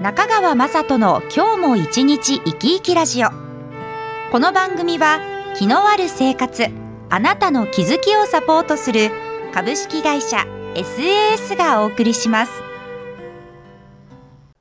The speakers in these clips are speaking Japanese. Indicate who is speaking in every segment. Speaker 1: 中川雅人の今日も一日生き生きラジオこの番組は気のある生活あなたの気づきをサポートする株式会社 SAS がお送りします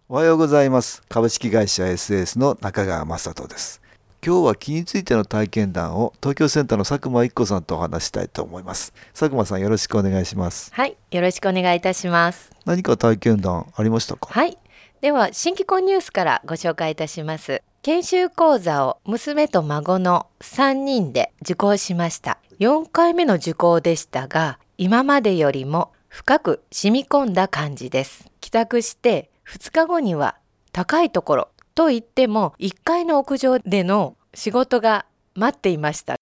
Speaker 2: おはようございます株式会社 SS の中川雅人です今日は気についての体験談を東京センターの佐久間一子さんとお話したいと思います佐久間さんよろしくお願いします
Speaker 3: はい、よろしくお願いいたします。
Speaker 2: 何か体験談ありましたか
Speaker 3: はい、では新規婚ニュースからご紹介いたします。研修講座を娘と孫の3人で受講しました。4回目の受講でしたが、今までよりも深く染み込んだ感じです。帰宅して2日後には高いところといっても1階の屋上での仕事が待っていました。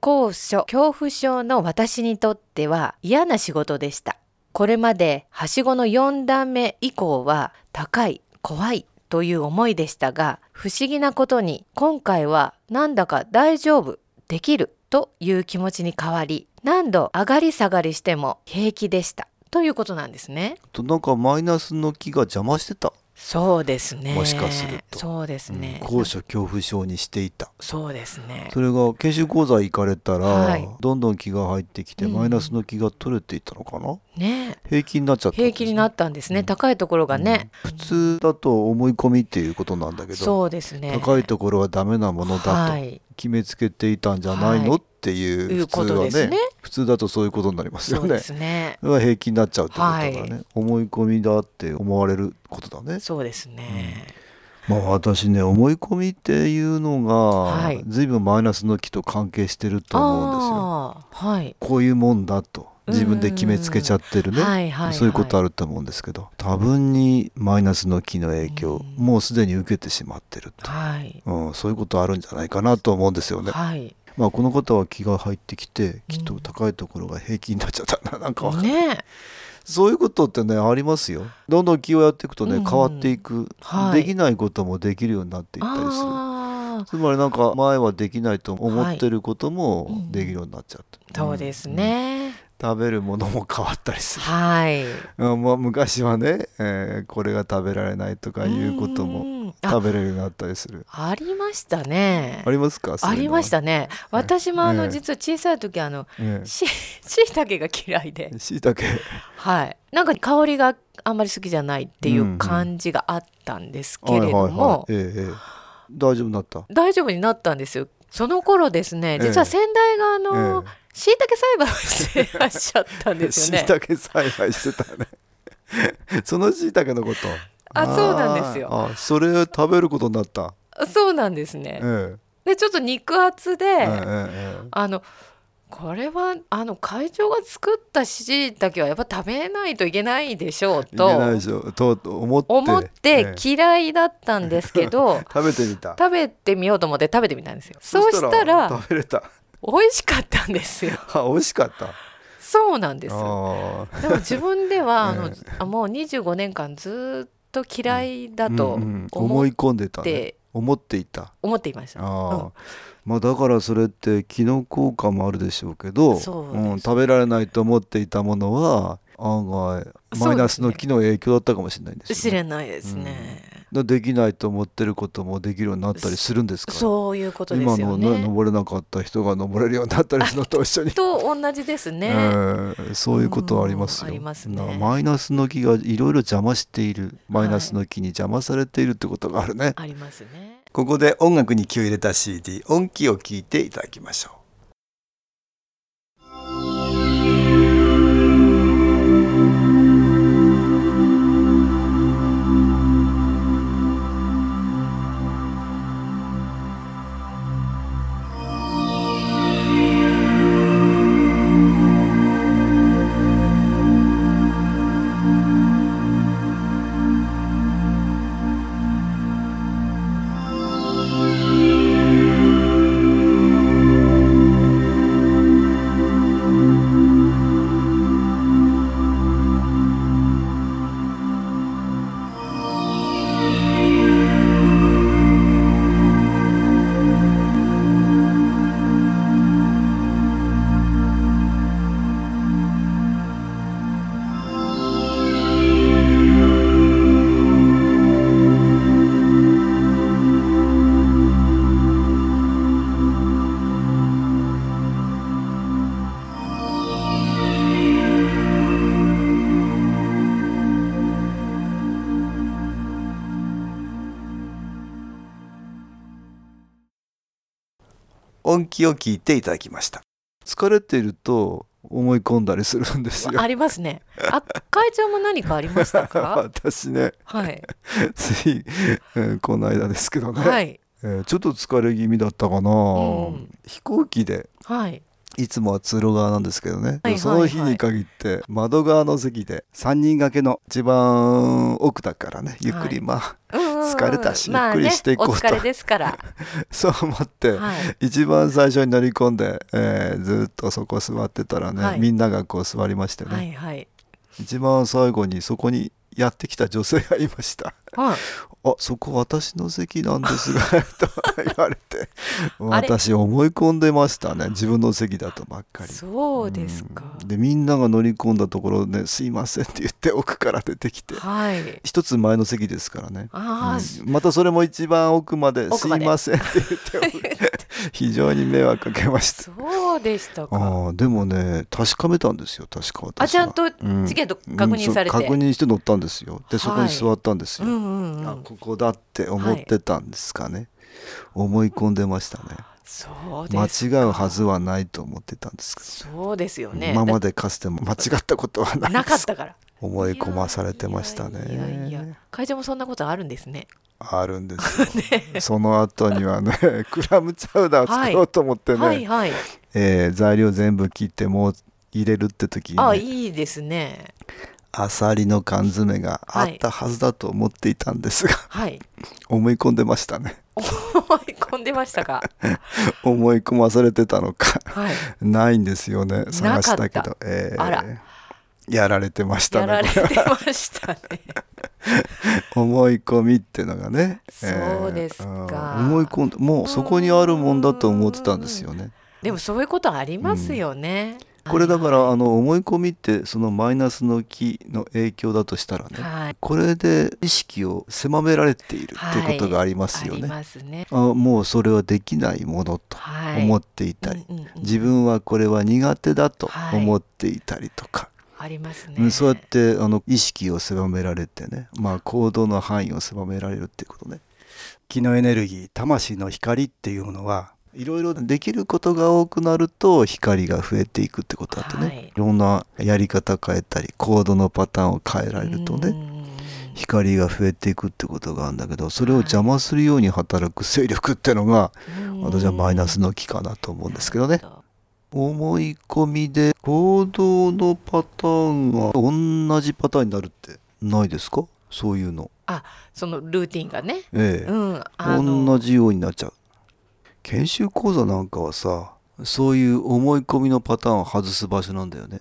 Speaker 3: 高所恐怖症の私にとっては嫌な仕事でした。これまではしごの4段目以降は高い怖いという思いでしたが不思議なことに今回はなんだか大丈夫できるという気持ちに変わり何度上がり下がりしても平気でしたということなんですね。
Speaker 2: となんかマイナスの気が邪魔してた、
Speaker 3: そうですね
Speaker 2: もしかすると
Speaker 3: そうです
Speaker 2: うん
Speaker 3: ね、
Speaker 2: 高所恐怖症にしていた
Speaker 3: そうですね
Speaker 2: それが研修講座行かれたら、
Speaker 3: はい
Speaker 2: どんどん気が入ってきて
Speaker 3: うん
Speaker 2: マイナスの気が取れていったのかな、
Speaker 3: ね
Speaker 2: 平気になっちゃったんですね、
Speaker 3: 平気になったんですね、
Speaker 2: うん
Speaker 3: 高いところがね、
Speaker 2: 普通だと思い込みっていうことなんだけど、
Speaker 3: そうですね
Speaker 2: 高いところはダメなものだ
Speaker 3: は
Speaker 2: と
Speaker 3: い
Speaker 2: 決めつけていたんじゃないの、
Speaker 3: はい
Speaker 2: ってい
Speaker 3: いうう
Speaker 2: 普通
Speaker 3: こ
Speaker 2: は
Speaker 3: とで
Speaker 2: ね
Speaker 3: すね
Speaker 2: 普通だとそういうことになりますよ
Speaker 3: そう
Speaker 2: ね
Speaker 3: ですね
Speaker 2: それが平気になっちゃうってことだね、
Speaker 3: はい
Speaker 2: 思い込みだって思われることだね
Speaker 3: そうですね、
Speaker 2: まあ私ね思い込みっていうのが
Speaker 3: はい
Speaker 2: 随分マイナスの気と関係してると思うんですよ。
Speaker 3: ああはい。
Speaker 2: こういうもんだと自分で決めつけちゃってるね、
Speaker 3: はいはいはい
Speaker 2: そういうことあると思うんですけど多分にマイナスの気の影響、
Speaker 3: うん
Speaker 2: もうすでに受けてしまってると、
Speaker 3: はい。
Speaker 2: うん、そういうことあるんじゃないかなと思うんですよね。
Speaker 3: はい。
Speaker 2: まあこの方は気が入ってきてきっと高いところが平気になっちゃったななんかわかんない
Speaker 3: ね。
Speaker 2: そういうことってねありますよ。どんどん気をやっていくとね
Speaker 3: うん
Speaker 2: 変わっていく、
Speaker 3: はい
Speaker 2: できないこともできるようになっていったりする。
Speaker 3: ああ、
Speaker 2: つまりなんか前はできないと思ってることもできるようになっちゃった、
Speaker 3: そうです
Speaker 2: うん
Speaker 3: ね。
Speaker 2: 食べるものも変わったりする、
Speaker 3: はい。
Speaker 2: うんまあ、昔はね、えーこれが食べられないとかいうことも
Speaker 3: もあ
Speaker 2: 食べれるようになったりする
Speaker 3: ありましたね
Speaker 2: あ。りますかそう
Speaker 3: あ
Speaker 2: いうのは
Speaker 3: りましたね。私もあ
Speaker 2: ええ
Speaker 3: の実は小さい時あの
Speaker 2: え
Speaker 3: し 椎茸が嫌いで
Speaker 2: え、しいたけ
Speaker 3: はい。なんか香りがあんまり好きじゃないってい
Speaker 2: んう
Speaker 3: うんう感じがあったんですけれども
Speaker 2: はい、はいはいええええ大丈夫になった
Speaker 3: 大丈夫になったんですよ。その頃ですね、実
Speaker 2: ええ
Speaker 3: は先代があの、
Speaker 2: え
Speaker 3: 椎茸栽培をしてらっしゃったんです
Speaker 2: し
Speaker 3: よ ね
Speaker 2: い。たけ栽培してたね そのしいたけのこと
Speaker 3: あそうなんですよ
Speaker 2: あそれを食べることになった、
Speaker 3: そうなんです
Speaker 2: え
Speaker 3: ね
Speaker 2: え。
Speaker 3: でちょっと肉厚で、
Speaker 2: ええええ
Speaker 3: あのこれはあの会長が作ったしいたけはやっぱ食べないといけないでしょう
Speaker 2: いけない
Speaker 3: と
Speaker 2: でしょと思って
Speaker 3: 思っ
Speaker 2: え
Speaker 3: て
Speaker 2: え
Speaker 3: 嫌いだったんですけど
Speaker 2: 食べてみた
Speaker 3: 食べてみようと思って食べてみたんですよ。そうしたら
Speaker 2: 食べれた
Speaker 3: 美味しかったんですよ。
Speaker 2: あ美味しかった
Speaker 3: そうなんです。
Speaker 2: あー
Speaker 3: でも自分ではあの、
Speaker 2: え
Speaker 3: あもう25年間ずっと嫌いだ
Speaker 2: う
Speaker 3: と
Speaker 2: んうん
Speaker 3: 思
Speaker 2: 思い
Speaker 3: っ
Speaker 2: 込んでたね
Speaker 3: て
Speaker 2: 思っていた
Speaker 3: 思っていました。
Speaker 2: あー、まあだからそれって気の効果もあるでしょうけど
Speaker 3: そうです
Speaker 2: ん、食べられないと思っていたものは案外マイナスの気の影響だったかもしれないんです
Speaker 3: 知
Speaker 2: よね
Speaker 3: れないですね。
Speaker 2: だできないと思ってることもできるようになったりするんですから
Speaker 3: そういうことです
Speaker 2: 今
Speaker 3: よ
Speaker 2: の
Speaker 3: ね。
Speaker 2: ね登れなかった人が登れるようになったりするのと一緒に
Speaker 3: と同じですね。
Speaker 2: えーそういうことはありますよ。
Speaker 3: うんありますね
Speaker 2: なマイナスの気がいろいろ邪魔している、マイナスの気に邪魔されているってことがあるね。
Speaker 3: ありますね。
Speaker 2: ここで音楽に気を入れた CD 音気を聞いていただきましょう。音気を聞いていただきました疲れてると思い込んだりするんですよ
Speaker 3: ありますね。あ、会長も何かありましたか。
Speaker 2: 私ね
Speaker 3: はい。
Speaker 2: つい、えーこの間ですけどね、
Speaker 3: はい。
Speaker 2: えーちょっと疲れ気味だったかな、
Speaker 3: うん
Speaker 2: 飛行機で
Speaker 3: はい。
Speaker 2: いつもは通路側なんですけどね、
Speaker 3: はいはいはい
Speaker 2: その日に限って窓側の席で3人掛けの一番奥だからねゆっくりまあ、疲
Speaker 3: 疲
Speaker 2: れたしゆっくりしていこうと
Speaker 3: まあね、お疲れで すから。
Speaker 2: そう思って、
Speaker 3: はい。
Speaker 2: 一番最初に乗り込んで、えーずっとそこ座ってたらね、
Speaker 3: はい
Speaker 2: みんながこう座りましてね、
Speaker 3: はいはい。
Speaker 2: 一番最後にそこにやってきた女性がいました
Speaker 3: はい。
Speaker 2: 「あそこ私の席なんです が」と言われて
Speaker 3: あれ
Speaker 2: 私思い込んでましたね自分の席だとばっかり。
Speaker 3: そうですか
Speaker 2: うん。でみんなが乗り込んだところね「すいません」って言って奥から出てきて
Speaker 3: はい。
Speaker 2: 一つ前の席ですからね、
Speaker 3: ああ、
Speaker 2: うんまたそれも一番奥まで「す
Speaker 3: 奥ま
Speaker 2: い
Speaker 3: で
Speaker 2: ません」って言って 非常に迷惑かけました
Speaker 3: そうでしたか。
Speaker 2: ああでもね確かめたんですよ確か私は
Speaker 3: あ、ちゃんとチ
Speaker 2: うん
Speaker 3: ケット確認されて。
Speaker 2: うんそう確認して乗ったんですよでそこ
Speaker 3: は
Speaker 2: に
Speaker 3: い
Speaker 2: 座ったんです
Speaker 3: う
Speaker 2: よ、
Speaker 3: んうんう
Speaker 2: あ
Speaker 3: ん。
Speaker 2: ここだって思ってたんですかね、思い込んでましたね
Speaker 3: そう
Speaker 2: 間
Speaker 3: です。
Speaker 2: 違うはずはないと思ってたんですけ
Speaker 3: そうですよ
Speaker 2: ど、
Speaker 3: ね。
Speaker 2: 今までかつても間違ったことはない
Speaker 3: なか
Speaker 2: で
Speaker 3: っ
Speaker 2: す
Speaker 3: たから。
Speaker 2: 思い込まされてましたね
Speaker 3: いやいやいやいや会長もそんなことあるんですね。
Speaker 2: あるんです よ、その後にはね クラムチャウダーを作ろうと思ってね、
Speaker 3: はいはい。
Speaker 2: えー材料全部切ってもう入れるって時に、ね、
Speaker 3: あ、いいですね。
Speaker 2: アサリの缶詰があったはずだと思っていたんですが、
Speaker 3: はい。
Speaker 2: 思い込んでましたね
Speaker 3: 思い込んでましたか。
Speaker 2: 思い込まされてたのか
Speaker 3: はい。
Speaker 2: ないんですよね探したけ
Speaker 3: なか
Speaker 2: どえ
Speaker 3: あら
Speaker 2: やられてました
Speaker 3: やら
Speaker 2: ね
Speaker 3: れてました ね。
Speaker 2: 思い込みってのがね
Speaker 3: そうですか
Speaker 2: うん思い込んでもうそこにあるもんだと思ってたんですよね
Speaker 3: でもそういうことありますよね。
Speaker 2: これだ
Speaker 3: ら。
Speaker 2: からあの思い込みってそのマイナスの気の影響だとしたらね
Speaker 3: はい。
Speaker 2: これで意識を狭められているっていうことがあります
Speaker 3: あ
Speaker 2: よ
Speaker 3: り
Speaker 2: ね
Speaker 3: ますね。
Speaker 2: あもうそれはできないものと
Speaker 3: はい。
Speaker 2: 思
Speaker 3: っ
Speaker 2: っていたり、
Speaker 3: うんうんうん
Speaker 2: 自分はこれは苦手だと
Speaker 3: はい
Speaker 2: 思っていたりとか、
Speaker 3: あります
Speaker 2: う
Speaker 3: ね。
Speaker 2: んそうやってあの意識を狭められてね、まあ、行動の範囲を狭められるっていうことね。気のエネルギー魂の光っていうものはいろいろできることが多くなると光が増えていくってことだってね、
Speaker 3: はいい、
Speaker 2: ろんなやり方変えたり行動のパターンを変えられるとね、
Speaker 3: ね。
Speaker 2: 光が増えていくってことがあるんだけどそれを邪魔するように働く勢力ってのが私はマイナスの気かなと思うんですけどね
Speaker 3: そう。
Speaker 2: 思い込みで行動のパターンが同じパターンになるってないですかそういうの
Speaker 3: そのルーティンがね。
Speaker 2: ええ、
Speaker 3: うん。あの。
Speaker 2: 同じようになっちゃう研修講座なんかはさそういう思い込みのパターンを外す場所なんだよね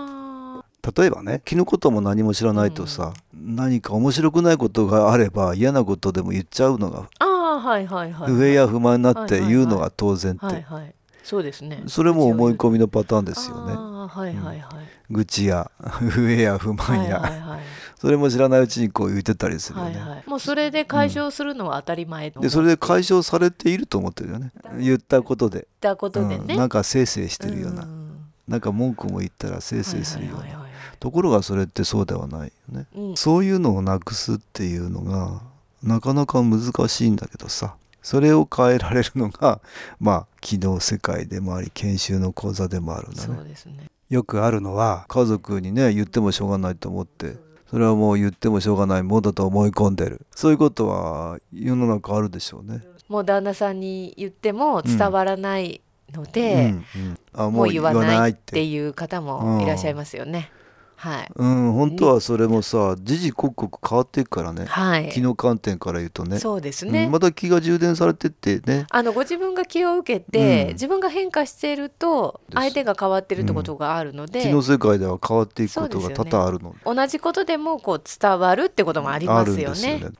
Speaker 3: あ
Speaker 2: 例えばね気のことも何も知らないとさ、何か面白くないことがあれば嫌なことでも言っちゃうのが
Speaker 3: あ。ああ、はいはいはい。
Speaker 2: 上や不満になって言うのが当然って、
Speaker 3: はいはい。そうですね。
Speaker 2: それも思い込
Speaker 3: み
Speaker 2: みのパターンですよね
Speaker 3: ああ、はいはいはい。
Speaker 2: 愚痴や 上や不満や、
Speaker 3: はいはいはい。
Speaker 2: それも知らないうちにこう言ってたりするよ
Speaker 3: は
Speaker 2: ね、
Speaker 3: いはい、もうそれで解消するのは当たり前の、
Speaker 2: でそれで解消されていると思ってるよね言ったことで
Speaker 3: ったことでね、
Speaker 2: うん、なんかせいせいしてるような、
Speaker 3: ん
Speaker 2: なんか文句も言ったらせいせいするような、
Speaker 3: はいはいはいは
Speaker 2: ところがそれってそうではないよね、
Speaker 3: いうん
Speaker 2: そういうのをなくすっていうのがなかなか難しいんだけどさそれを変えられるのがまあ機能世界でもあり研修の講座でもあるんだね
Speaker 3: そうですね
Speaker 2: よくあるのは家族にね言ってもしょうがないと思ってそれはもう言ってもしょうがないもんだと思い込んでるそういうことは世の中あるでしょうね。
Speaker 3: もう旦那さんに言っても伝わらないので、
Speaker 2: うんうんあ
Speaker 3: もう言わないっ
Speaker 2: う
Speaker 3: ていう方もいらっしゃいますよね、はい
Speaker 2: うん本当はそれもさ時々刻々変わっていくからね
Speaker 3: はい
Speaker 2: 気の観点から言うとね
Speaker 3: そうですね、
Speaker 2: うんまた気が充電されてってね
Speaker 3: あのご自分が気を受けて、
Speaker 2: うん
Speaker 3: 自分が変化していると
Speaker 2: です
Speaker 3: 相手が変わってるってことがあるの
Speaker 2: 気
Speaker 3: で、
Speaker 2: の世界では変わっていくこと
Speaker 3: そう
Speaker 2: が
Speaker 3: です
Speaker 2: 多
Speaker 3: よね
Speaker 2: 々あるの
Speaker 3: 同じことでもこう伝わるってこともあり
Speaker 2: あ
Speaker 3: ます
Speaker 2: るん
Speaker 3: よ
Speaker 2: ですよ
Speaker 3: ね
Speaker 2: ね。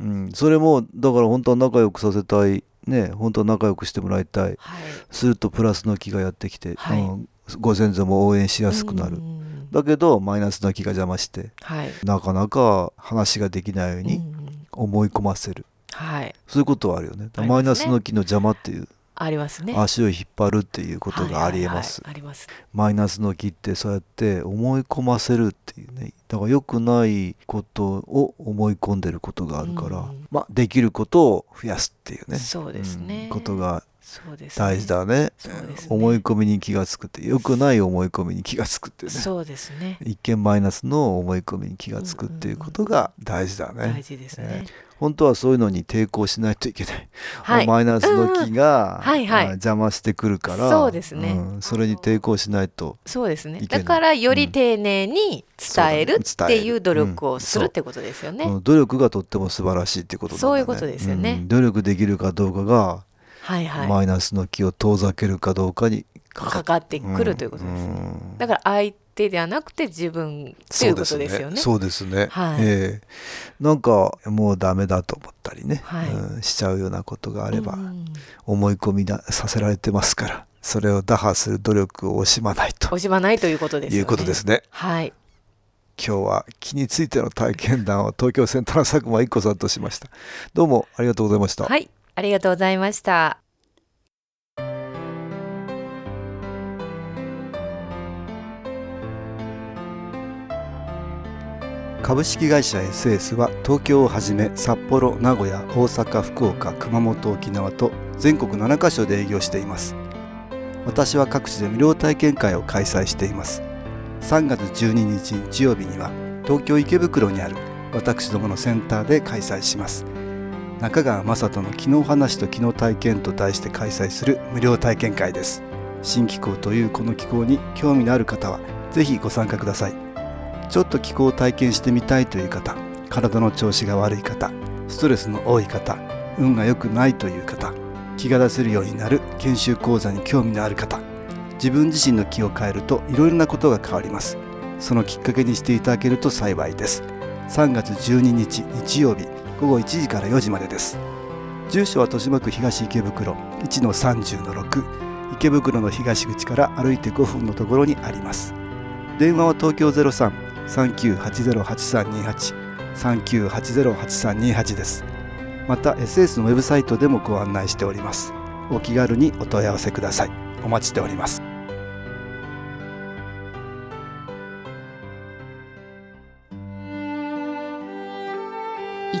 Speaker 2: うん、それもだから本当は仲良くさせたいね本当は仲良くしてもらいたい
Speaker 3: はい、
Speaker 2: するとプラスの気がやってきて、
Speaker 3: はい
Speaker 2: うんご先祖も応援しやすくなる、
Speaker 3: うん
Speaker 2: だけどマイナスの気が邪魔して
Speaker 3: はい、
Speaker 2: なかなか話ができないよう
Speaker 3: う
Speaker 2: に
Speaker 3: ん
Speaker 2: 思い込ませる、
Speaker 3: はい、
Speaker 2: そういうことはあるよね
Speaker 3: ありますね
Speaker 2: マイナスの気の邪魔っていう、
Speaker 3: ありますね。
Speaker 2: 足を引っ張るっていうことがありえます、
Speaker 3: はいはいはいあります。
Speaker 2: マイナスの気ってそうやって思い込ませるっていうねだから良くないことを思い込んでることがあるから、
Speaker 3: うん
Speaker 2: まあできることを増やすっていうね
Speaker 3: そうですね
Speaker 2: うんことが
Speaker 3: そうですね
Speaker 2: 大事だね
Speaker 3: そうですね
Speaker 2: 思い込みに気がつくって良くない思い込みに気がつくってね
Speaker 3: そうですね
Speaker 2: 一見マイナスの思い込みに気がつくっていうことが大事だね、
Speaker 3: 大事ですね、
Speaker 2: 本当はそういうのに抵抗しないといけない、
Speaker 3: はい
Speaker 2: マイナスの気が、
Speaker 3: うんはいはい
Speaker 2: あ邪魔してくるから
Speaker 3: そうですね
Speaker 2: んそれに抵抗しないと
Speaker 3: そうですね
Speaker 2: 意見
Speaker 3: だからより丁寧に伝える
Speaker 2: うん
Speaker 3: っ
Speaker 2: そうだね
Speaker 3: て
Speaker 2: 伝え
Speaker 3: い
Speaker 2: る
Speaker 3: う努力をす
Speaker 2: うん
Speaker 3: るってことですよね、
Speaker 2: この努力がとっても素晴らしいってことなんだね
Speaker 3: そういうことですよね
Speaker 2: うん努力できるかどうかが、
Speaker 3: はいはい、
Speaker 2: マイナスの気を遠ざけるかどうかにかか
Speaker 3: か
Speaker 2: っ
Speaker 3: かってくるということです、
Speaker 2: うんうん
Speaker 3: だから相手ではなくて自分と
Speaker 2: そ
Speaker 3: いうことですよね
Speaker 2: そうですね。
Speaker 3: はい
Speaker 2: ええなんかもうダメだと思ったりね、
Speaker 3: はい
Speaker 2: うんしちゃうようなことがあ
Speaker 3: あ
Speaker 2: れば、
Speaker 3: うん、
Speaker 2: 思い込みださせられてますから、それを打破する努力を惜しまないと
Speaker 3: 惜しまないということですよね
Speaker 2: いうことですね。
Speaker 3: はい
Speaker 2: 今日は気についての体験談を東京センターの佐久間一子さんとしました。どうもありがとうございました。
Speaker 3: はいありがとうございました
Speaker 2: 株式会社 SS は東京をはじめ札幌名古屋大阪福岡熊本沖縄と全国7カ所で営業しています私は各地で無料体験会を開催しています3月12日日曜日には東京池袋にある私どものセンターで開催します中川雅人の「昨日話と昨日体験」と題して開催する無料体験会です新機構というこの機構に興味のある方はぜひご参加くださいちょっと気候を体験してみたいという方体の調子が悪い方ストレスの多い方運が良くないという方気が出せるようになる研修講座に興味のある方自分自身の気を変えるといろいろなことが変わりますそのきっかけにしていただけると幸いです3月12日日曜日午後1時から4時までです住所は豊島区東池袋1-30-6池袋の東口から歩いて5分のところにあります電話は東京03三九八ゼロ八三二八三九八ゼロ八三二八です。また SS のウェブサイトでもご案内しております。お気軽にお問い合わせください。お待ちしております。
Speaker 1: い